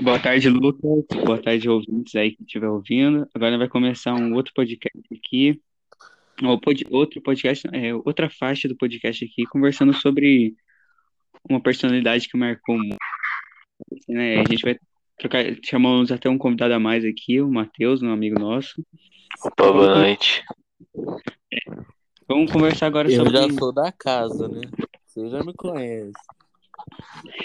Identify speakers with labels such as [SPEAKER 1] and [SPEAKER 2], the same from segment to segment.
[SPEAKER 1] Boa tarde, Lucas. Boa tarde, ouvintes aí que estiver ouvindo. Agora vai começar um outro podcast aqui. Ou pod- Outro podcast, é, outra faixa do podcast aqui, conversando sobre uma personalidade que marcou muito, né? A gente vai trocar, chamamos até um convidado a mais aqui, o Matheus, um amigo nosso.
[SPEAKER 2] Opa,
[SPEAKER 1] Vamos,
[SPEAKER 2] boa
[SPEAKER 1] con-
[SPEAKER 2] noite.
[SPEAKER 1] vamos conversar agora
[SPEAKER 3] Eu já
[SPEAKER 1] sobre.
[SPEAKER 3] sou da casa, né? Você já me conhece.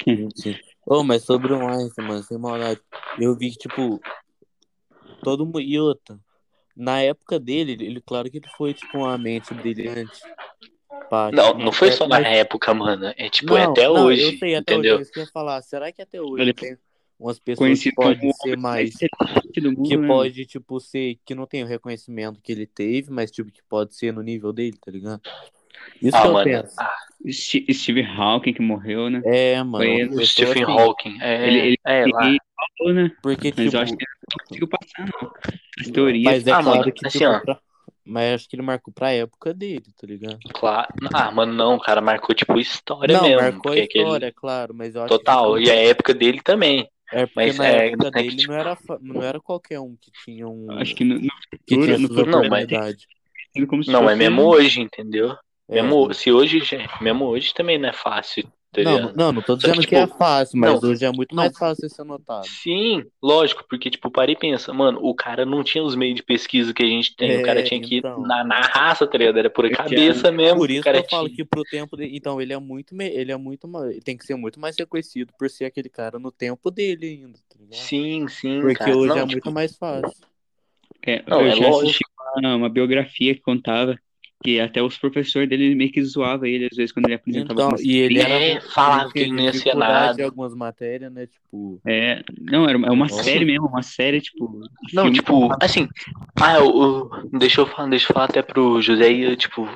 [SPEAKER 3] Mentira. Ô, mas sobre o Einstein, mano, sem maldade. Eu vi que, tipo, todo mundo. E outra, na época dele, ele, claro que ele foi, tipo, uma mente brilhante. Pá,
[SPEAKER 2] Não,
[SPEAKER 3] tipo,
[SPEAKER 2] não foi só na
[SPEAKER 3] mas-
[SPEAKER 2] época, mano. É tipo, é
[SPEAKER 3] Não,
[SPEAKER 2] até
[SPEAKER 3] não, eu
[SPEAKER 2] hoje,
[SPEAKER 3] sei até hoje,
[SPEAKER 2] entendeu?
[SPEAKER 3] mas isso que eu ia falar. Será que até hoje
[SPEAKER 1] Ele
[SPEAKER 3] tem umas pessoas que
[SPEAKER 1] conhecido como
[SPEAKER 3] podem
[SPEAKER 1] o
[SPEAKER 3] ser
[SPEAKER 1] homem mais
[SPEAKER 3] mais.
[SPEAKER 1] inteligente do
[SPEAKER 3] Que
[SPEAKER 1] mundo, né, mano?
[SPEAKER 3] pode, tipo, ser. Que não tem o reconhecimento que ele teve, mas, tipo, que pode ser no nível dele, tá ligado? Isso que
[SPEAKER 2] Ah,
[SPEAKER 3] eu
[SPEAKER 2] mano,
[SPEAKER 3] penso.
[SPEAKER 2] ah,
[SPEAKER 1] Ste- Steve Hawking que morreu, né?
[SPEAKER 3] É, mano,
[SPEAKER 1] Foi
[SPEAKER 3] uma
[SPEAKER 1] ele.
[SPEAKER 2] o
[SPEAKER 3] pessoa
[SPEAKER 2] Stephen
[SPEAKER 3] assim.
[SPEAKER 2] Hawking.
[SPEAKER 1] Ele,
[SPEAKER 2] É,
[SPEAKER 1] ele,
[SPEAKER 2] é lá.
[SPEAKER 1] ele falou, né?
[SPEAKER 3] Porque,
[SPEAKER 1] Mas eu
[SPEAKER 3] tipo,
[SPEAKER 1] acho que ele não conseguiu passar, não. As teorias.
[SPEAKER 3] Mas é
[SPEAKER 2] Ah, mano,
[SPEAKER 3] claro que,
[SPEAKER 2] assim,
[SPEAKER 3] tipo,
[SPEAKER 2] ó.
[SPEAKER 3] pra... mas acho que ele marcou pra época dele, tá ligado?
[SPEAKER 2] Claro. Ah, mano, não, o cara marcou, tipo, história
[SPEAKER 3] Não,
[SPEAKER 2] mesmo.
[SPEAKER 3] marcou a
[SPEAKER 2] Porque
[SPEAKER 3] história,
[SPEAKER 2] aquele.
[SPEAKER 3] é claro, mas eu acho que,
[SPEAKER 2] Total.
[SPEAKER 3] tipo,
[SPEAKER 2] E a época dele também.
[SPEAKER 3] é porque
[SPEAKER 2] Mas
[SPEAKER 3] na
[SPEAKER 2] é.
[SPEAKER 3] época
[SPEAKER 2] é que,
[SPEAKER 3] dele não
[SPEAKER 2] tipo,
[SPEAKER 3] era, fa- não era qualquer um que tinha
[SPEAKER 1] Acho
[SPEAKER 3] um...
[SPEAKER 1] que no, no
[SPEAKER 3] que
[SPEAKER 1] futuro,
[SPEAKER 3] tinha
[SPEAKER 1] no
[SPEAKER 3] essas
[SPEAKER 1] futuro
[SPEAKER 2] Não, mas.
[SPEAKER 3] oportunidades.
[SPEAKER 1] é como se
[SPEAKER 2] Não, mas
[SPEAKER 1] fosse
[SPEAKER 2] mesmo
[SPEAKER 1] um.
[SPEAKER 2] hoje, entendeu?
[SPEAKER 3] É,
[SPEAKER 2] Mesmo,
[SPEAKER 3] mano.
[SPEAKER 2] se hoje, já- mesmo hoje também não é fácil, tá
[SPEAKER 3] Não, não,
[SPEAKER 2] ligado?
[SPEAKER 3] não, não tô
[SPEAKER 2] Só que,
[SPEAKER 3] dizendo que é
[SPEAKER 2] tipo,
[SPEAKER 3] fácil,
[SPEAKER 2] não,
[SPEAKER 3] mas hoje é muito
[SPEAKER 2] não,
[SPEAKER 3] mais fácil ser notado.
[SPEAKER 2] Sim, lógico, porque, tipo, para e pensa, mano, o cara não tinha os meios de pesquisa que a gente tem, o cara
[SPEAKER 3] É,
[SPEAKER 2] tinha que ir
[SPEAKER 3] então.
[SPEAKER 2] na, na raça, tá ligado? Era por cabeça mesmo,
[SPEAKER 3] Por
[SPEAKER 2] o
[SPEAKER 3] isso que
[SPEAKER 2] cara
[SPEAKER 3] eu falo
[SPEAKER 2] tinha.
[SPEAKER 3] que pro tempo dele, então ele é muito, me- ele é muito, ma- ele tem que ser muito mais reconhecido por ser aquele cara no tempo dele ainda, tá ligado?
[SPEAKER 2] Sim, sim,
[SPEAKER 3] Porque
[SPEAKER 2] cara.
[SPEAKER 3] hoje é
[SPEAKER 2] Não,
[SPEAKER 3] muito
[SPEAKER 2] tipo,
[SPEAKER 3] mais fácil.
[SPEAKER 1] É,
[SPEAKER 2] não,
[SPEAKER 1] eu
[SPEAKER 2] é
[SPEAKER 1] já assisti
[SPEAKER 2] lógico.
[SPEAKER 1] uma, uma biografia que contava que até os professores dele meio que zoavam ele, às vezes, quando ele apresentava
[SPEAKER 3] Então,
[SPEAKER 1] algumas
[SPEAKER 3] e ele
[SPEAKER 1] teorias.
[SPEAKER 3] era
[SPEAKER 2] É,
[SPEAKER 3] ele
[SPEAKER 2] falava que
[SPEAKER 3] tinha
[SPEAKER 2] ele não ia ser
[SPEAKER 3] dificuldade é em
[SPEAKER 2] nada.
[SPEAKER 3] algumas matérias, né? Tipo,
[SPEAKER 1] É, não, era uma, é uma série
[SPEAKER 3] nossa,
[SPEAKER 1] mesmo, uma série, tipo, de
[SPEAKER 2] Não,
[SPEAKER 1] filme.
[SPEAKER 2] tipo, assim, ah, eu, eu- deixa eu falar, deixa eu falar até pro José e eu, tipo,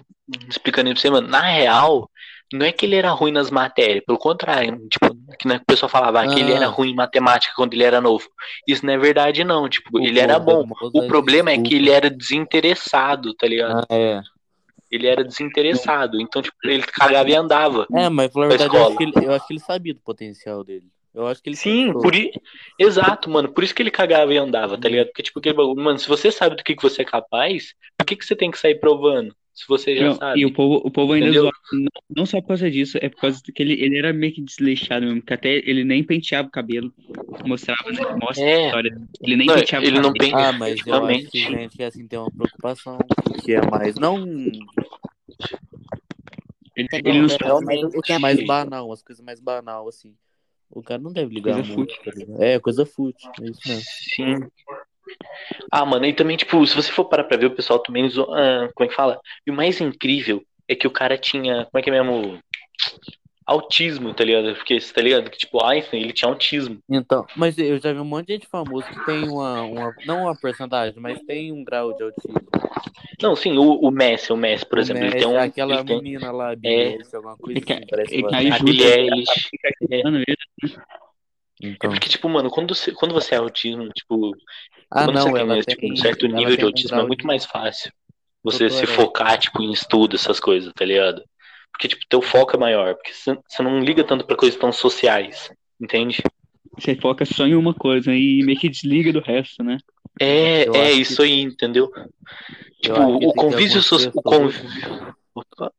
[SPEAKER 2] explicando aí pra você, mano, na real, não é que ele era ruim nas matérias, pelo contrário, tipo, que né, o pessoal falava ah, que ele era
[SPEAKER 3] ah,
[SPEAKER 2] ruim em matemática quando ele era novo. Isso não é verdade, não, tipo,
[SPEAKER 3] o
[SPEAKER 2] ele era
[SPEAKER 3] povo
[SPEAKER 2] bom.
[SPEAKER 1] né,
[SPEAKER 3] famoso
[SPEAKER 2] O
[SPEAKER 3] das
[SPEAKER 2] problema é que ele
[SPEAKER 3] desculpas.
[SPEAKER 2] era desinteressado, tá ligado?
[SPEAKER 3] Ah, é.
[SPEAKER 2] Ele era desinteressado, então, tipo, ele cagava e andava
[SPEAKER 3] É, mas pela
[SPEAKER 2] pra
[SPEAKER 3] verdade eu acho
[SPEAKER 2] escola.
[SPEAKER 3] que ele, eu acho que ele sabia do potencial dele. Eu acho que ele
[SPEAKER 2] Sim,
[SPEAKER 3] pensou.
[SPEAKER 2] por i... exato, mano. Por isso que ele cagava e andava, tá
[SPEAKER 3] Hum,
[SPEAKER 2] ligado? Porque, tipo, aquele bagulho, mano, se você sabe do que que você é capaz, por que que você tem que sair provando? Se você já
[SPEAKER 1] Não, e o
[SPEAKER 2] sabe,
[SPEAKER 1] povo, o povo ainda
[SPEAKER 2] entendeu?
[SPEAKER 1] zoava, não, não só por causa disso, é por causa que ele, ele era meio que desleixado mesmo, que até ele nem penteava o cabelo, mostrava, né? Mostra a
[SPEAKER 2] É,
[SPEAKER 1] história, ele nem
[SPEAKER 2] não,
[SPEAKER 1] penteava o
[SPEAKER 2] ele não
[SPEAKER 1] cabelo.
[SPEAKER 2] pensa,
[SPEAKER 3] Ah, mas eu acho que,
[SPEAKER 2] realmente.
[SPEAKER 3] gente, assim, tem uma preocupação que é mais, não,
[SPEAKER 1] Ele,
[SPEAKER 4] É,
[SPEAKER 1] ele
[SPEAKER 4] não,
[SPEAKER 3] né,
[SPEAKER 1] não
[SPEAKER 4] é
[SPEAKER 1] se
[SPEAKER 4] realmente o que é mais
[SPEAKER 2] Realmente.
[SPEAKER 3] mais banal, umas coisas mais banal, assim. O cara não deve ligar
[SPEAKER 1] coisa
[SPEAKER 3] muito,
[SPEAKER 1] fútil.
[SPEAKER 3] tá ligado? É, coisa fútil, é isso mesmo.
[SPEAKER 2] Hum. Sim. Ah, mano, e também, tipo, se você for parar pra ver, o pessoal também zo... ah, como é que fala? E o mais incrível é que o cara tinha, como é que é mesmo? Autismo, tá ligado? Porque, tá ligado? Que, tipo, Einstein, ele tinha autismo.
[SPEAKER 3] Então, mas eu já vi um monte de gente famosa que tem uma, uma, não uma porcentagem, mas tem um grau de autismo.
[SPEAKER 2] Não, sim, o, o Messi, o Messi, por
[SPEAKER 3] O
[SPEAKER 2] exemplo, ele tem
[SPEAKER 3] Messi,
[SPEAKER 2] um, ele
[SPEAKER 3] Né, é aquela
[SPEAKER 2] tem,
[SPEAKER 3] menina lá, Billie
[SPEAKER 2] é,
[SPEAKER 3] Eilish, alguma
[SPEAKER 1] É
[SPEAKER 3] coisa
[SPEAKER 1] que,
[SPEAKER 3] assim, parece
[SPEAKER 1] é
[SPEAKER 3] ela
[SPEAKER 1] que aí
[SPEAKER 3] tem.
[SPEAKER 2] a Billie
[SPEAKER 1] junta
[SPEAKER 2] Eilish, é,
[SPEAKER 1] mano, ele-
[SPEAKER 2] É
[SPEAKER 3] Então.
[SPEAKER 2] porque, tipo, mano, quando você, quando você é autismo, tipo,
[SPEAKER 3] Ah,
[SPEAKER 2] quando você
[SPEAKER 3] não,
[SPEAKER 2] tem,
[SPEAKER 3] ela
[SPEAKER 2] né, tipo, um
[SPEAKER 3] tem,
[SPEAKER 2] certo
[SPEAKER 3] ela
[SPEAKER 2] nível de
[SPEAKER 3] tem um
[SPEAKER 2] autismo, é
[SPEAKER 3] grau
[SPEAKER 2] muito
[SPEAKER 3] de
[SPEAKER 2] mais fácil você se
[SPEAKER 3] doutorado.
[SPEAKER 2] focar, tipo, em estudo, essas coisas, tá ligado? Porque, tipo, teu foco é maior, porque você você não liga tanto pra coisas tão sociais, entende?
[SPEAKER 1] você foca só em uma coisa e meio que desliga do resto, né?
[SPEAKER 2] É,
[SPEAKER 3] Eu
[SPEAKER 2] é
[SPEAKER 3] acho que,
[SPEAKER 2] isso aí, entendeu?
[SPEAKER 3] eu
[SPEAKER 2] Tipo,
[SPEAKER 3] acho que é
[SPEAKER 2] o
[SPEAKER 3] tem
[SPEAKER 2] convívio
[SPEAKER 3] algumas
[SPEAKER 2] social. O
[SPEAKER 3] pessoas
[SPEAKER 2] convívio. Opa.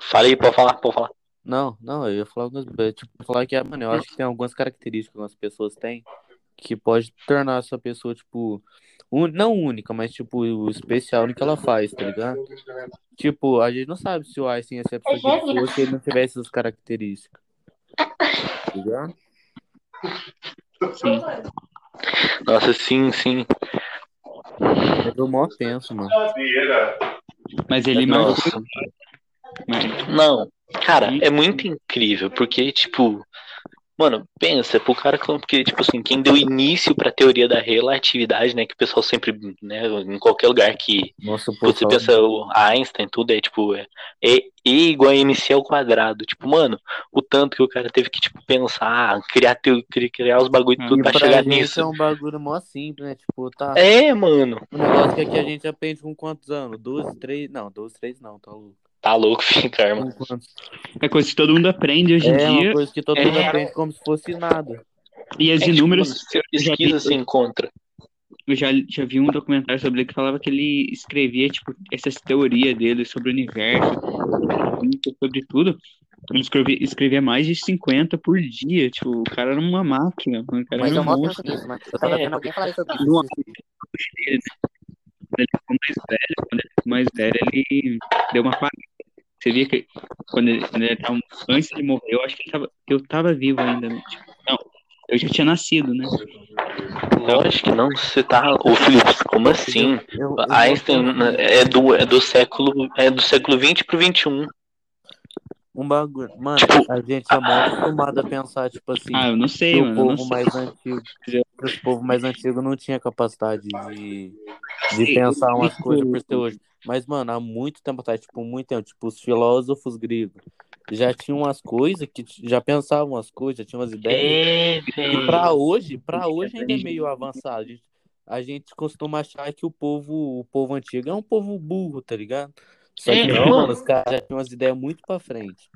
[SPEAKER 2] Falei, pode falar, pode falar.
[SPEAKER 3] Não, não, eu ia falar, algumas- eh, tipo, eu ia falar que, ah, mano, eu acho que tem algumas características que algumas pessoas têm que pode tornar essa pessoa, tipo, un- não única, mas, tipo, especial no que ela faz, tá ligado? Tipo, a gente não sabe se o Einstein é ia ser a pessoa que ele
[SPEAKER 4] Jesus.
[SPEAKER 3] fosse se ele não tivesse essas características, tá ligado?
[SPEAKER 1] Sim.
[SPEAKER 2] Nossa, sim, sim.
[SPEAKER 3] Mas eu É mó penso, mano.
[SPEAKER 1] Mas ele
[SPEAKER 3] Mas eu
[SPEAKER 1] marcou.
[SPEAKER 3] acho
[SPEAKER 2] Nossa.
[SPEAKER 1] Mas,
[SPEAKER 2] Não, cara,
[SPEAKER 1] sim,
[SPEAKER 2] é muito incrível, porque, tipo, mano, pensa, pro cara, que- porque, tipo assim, quem deu início pra teoria da relatividade, né, que o pessoal sempre, né, em qualquer lugar que
[SPEAKER 3] Nossa, o
[SPEAKER 2] você
[SPEAKER 3] pessoal.
[SPEAKER 2] pensa o Einstein, tudo é, tipo, é, é E igual a MC ao quadrado, tipo, mano, o tanto que o cara teve que, tipo, pensar, criar, teo, cri- criar os bagulho
[SPEAKER 1] ah,
[SPEAKER 2] tudo
[SPEAKER 3] E
[SPEAKER 2] pra
[SPEAKER 3] pra
[SPEAKER 2] chegar
[SPEAKER 3] gente é
[SPEAKER 2] nisso.
[SPEAKER 3] um bagulho mó simples, né? Tipo, tá.
[SPEAKER 2] É, mano,
[SPEAKER 3] O negócio que aqui a gente aprende com quantos anos? 12, 13. Não, 12, 13 não, tá louco.
[SPEAKER 2] tá louco, fica, irmão.
[SPEAKER 3] Com quantos?
[SPEAKER 1] é coisa que todo mundo aprende hoje em
[SPEAKER 3] É uma
[SPEAKER 1] dia.
[SPEAKER 3] coisa que todo mundo
[SPEAKER 2] É,
[SPEAKER 3] aprende como se fosse nada.
[SPEAKER 1] E as
[SPEAKER 2] É, tipo,
[SPEAKER 1] inúmeras.
[SPEAKER 2] mano, se você
[SPEAKER 1] já
[SPEAKER 2] pesquisa,
[SPEAKER 1] vi-
[SPEAKER 2] você encontra.
[SPEAKER 1] Eu já, já vi um documentário sobre ele que falava que ele escrevia, tipo, essas teorias dele sobre o universo, sobre tudo. Ele escrevia, escrevia mais de 50 por dia. Tipo, o cara era uma máquina, mano, o cara
[SPEAKER 4] Mas
[SPEAKER 3] é
[SPEAKER 1] era
[SPEAKER 4] eu
[SPEAKER 1] um
[SPEAKER 4] mal
[SPEAKER 1] monstro.
[SPEAKER 4] penso nisso, mano. Eu tava
[SPEAKER 2] É.
[SPEAKER 4] vendo alguém falar sobre
[SPEAKER 1] Não.
[SPEAKER 4] isso.
[SPEAKER 1] Quando ele ficou mais velho, quando ele ficou mais velho, ele deu uma parada. Você via que quando ele, quando ele tava- antes de morrer, eu acho que ele tava, eu tava vivo ainda. né? Tipo, não, eu já tinha nascido, né?
[SPEAKER 2] Lógico que não, você tá. Ô Felipe, como assim?
[SPEAKER 4] Eu- eu-
[SPEAKER 2] Einstein né, é do, é do século. É do século 20 pro 21.
[SPEAKER 3] Um bagulho. Mano, a gente é mal acostumado a pensar, tipo assim,
[SPEAKER 1] Ah, eu não sei,
[SPEAKER 3] que o
[SPEAKER 1] mano. eu não sei.
[SPEAKER 3] povo mais antigo. que O povo mais antigo não tinha capacidade de, de pensar umas coisas por ser hoje. Mas, mano, há muito tempo atrás, tipo, muito tempo, tipo, os filósofos gregos já tinham umas coisas que t- já pensavam as coisas, já tinham umas ideias.
[SPEAKER 2] É,
[SPEAKER 3] E
[SPEAKER 2] velho.
[SPEAKER 3] pra hoje, pra hoje ainda é meio avançado. A gente, a gente costuma achar que o povo, o povo antigo é um povo burro, tá ligado? Só que
[SPEAKER 2] É,
[SPEAKER 3] não,
[SPEAKER 2] mano.
[SPEAKER 3] mano, os caras já tinham umas ideias muito pra frente.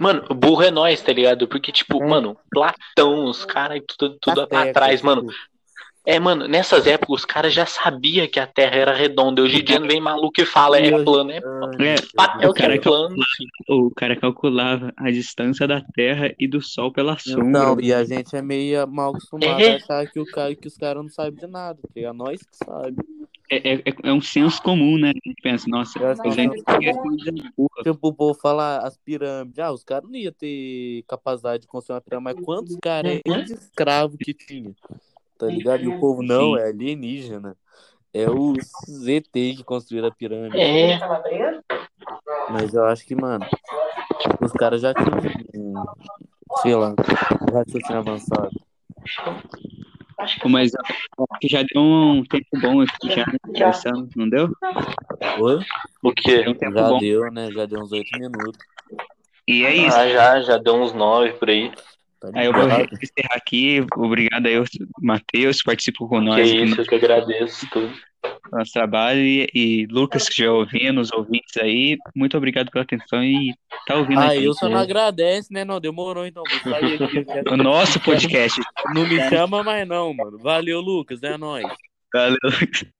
[SPEAKER 2] Mano, burro é nós, tá ligado? Porque, tipo,
[SPEAKER 3] É.
[SPEAKER 2] mano, Platão, os caras, tudo, tudo pra
[SPEAKER 3] Até,
[SPEAKER 2] trás, mano.
[SPEAKER 3] tipo,
[SPEAKER 2] É, mano, nessas épocas os caras já sabiam que a Terra era redonda. Hoje em dia não vem maluco e fala,
[SPEAKER 3] E
[SPEAKER 2] é
[SPEAKER 3] hoje-
[SPEAKER 2] plano, é
[SPEAKER 3] tipo,
[SPEAKER 1] É,
[SPEAKER 2] papel
[SPEAKER 1] o
[SPEAKER 2] que é
[SPEAKER 1] cara que-
[SPEAKER 2] plano.
[SPEAKER 1] o cara calculava a distância da Terra e do Sol pela sombra.
[SPEAKER 3] Então, e a gente é meio mal acostumado
[SPEAKER 2] É.
[SPEAKER 3] a achar que, o cara, que os caras não sabem de nada, tá ligado? Nós que sabemos.
[SPEAKER 1] É, é, é um senso comum, né? A gente pensa, nossa,
[SPEAKER 3] Eu acho que é um
[SPEAKER 1] eu já
[SPEAKER 3] não.
[SPEAKER 1] entendi a coisa burra.
[SPEAKER 3] Tipo, o povo falar as pirâmides. Ah, os caras não iam ter capacidade de construir uma pirâmide, mas quantos caras
[SPEAKER 1] Uhum.
[SPEAKER 3] de escravo que tinha? Tá ligado? E o povo não,
[SPEAKER 1] Sim.
[SPEAKER 3] é alienígena. É o ZT que construíram a pirâmide.
[SPEAKER 2] É,
[SPEAKER 3] Mas eu acho que, mano, os caras já tinham, um, sei lá, um raciocínio avançado.
[SPEAKER 1] Pô, Mas ó, acho que já deu um tempo bom aqui, já né, conversando, não deu?
[SPEAKER 3] Oi?
[SPEAKER 2] o quê?
[SPEAKER 1] Deu um tempo
[SPEAKER 3] Já
[SPEAKER 1] bom.
[SPEAKER 3] deu, né? Já deu uns oito minutos.
[SPEAKER 1] E é isso.
[SPEAKER 2] Ah, já, já deu uns nove por aí. é
[SPEAKER 3] Tá
[SPEAKER 1] Aí eu vou
[SPEAKER 3] ligado?
[SPEAKER 1] encerrar aqui. Obrigado aí, ao Matheus, que participou com
[SPEAKER 2] que é
[SPEAKER 1] nós aqui
[SPEAKER 2] isso, eu que agradeço tudo.
[SPEAKER 1] no nosso trabalho. E, e Lucas, que já ouvindo, os ouvintes aí, muito obrigado pela atenção e tá ouvindo
[SPEAKER 3] Ah,
[SPEAKER 1] a gente.
[SPEAKER 3] eu só não agradece, né? Não, demorou então. Vou sair aqui. eu quero-
[SPEAKER 1] O nosso podcast.
[SPEAKER 3] Não me chama mais, não, mano. Valeu, Lucas. É nóis.
[SPEAKER 1] Valeu.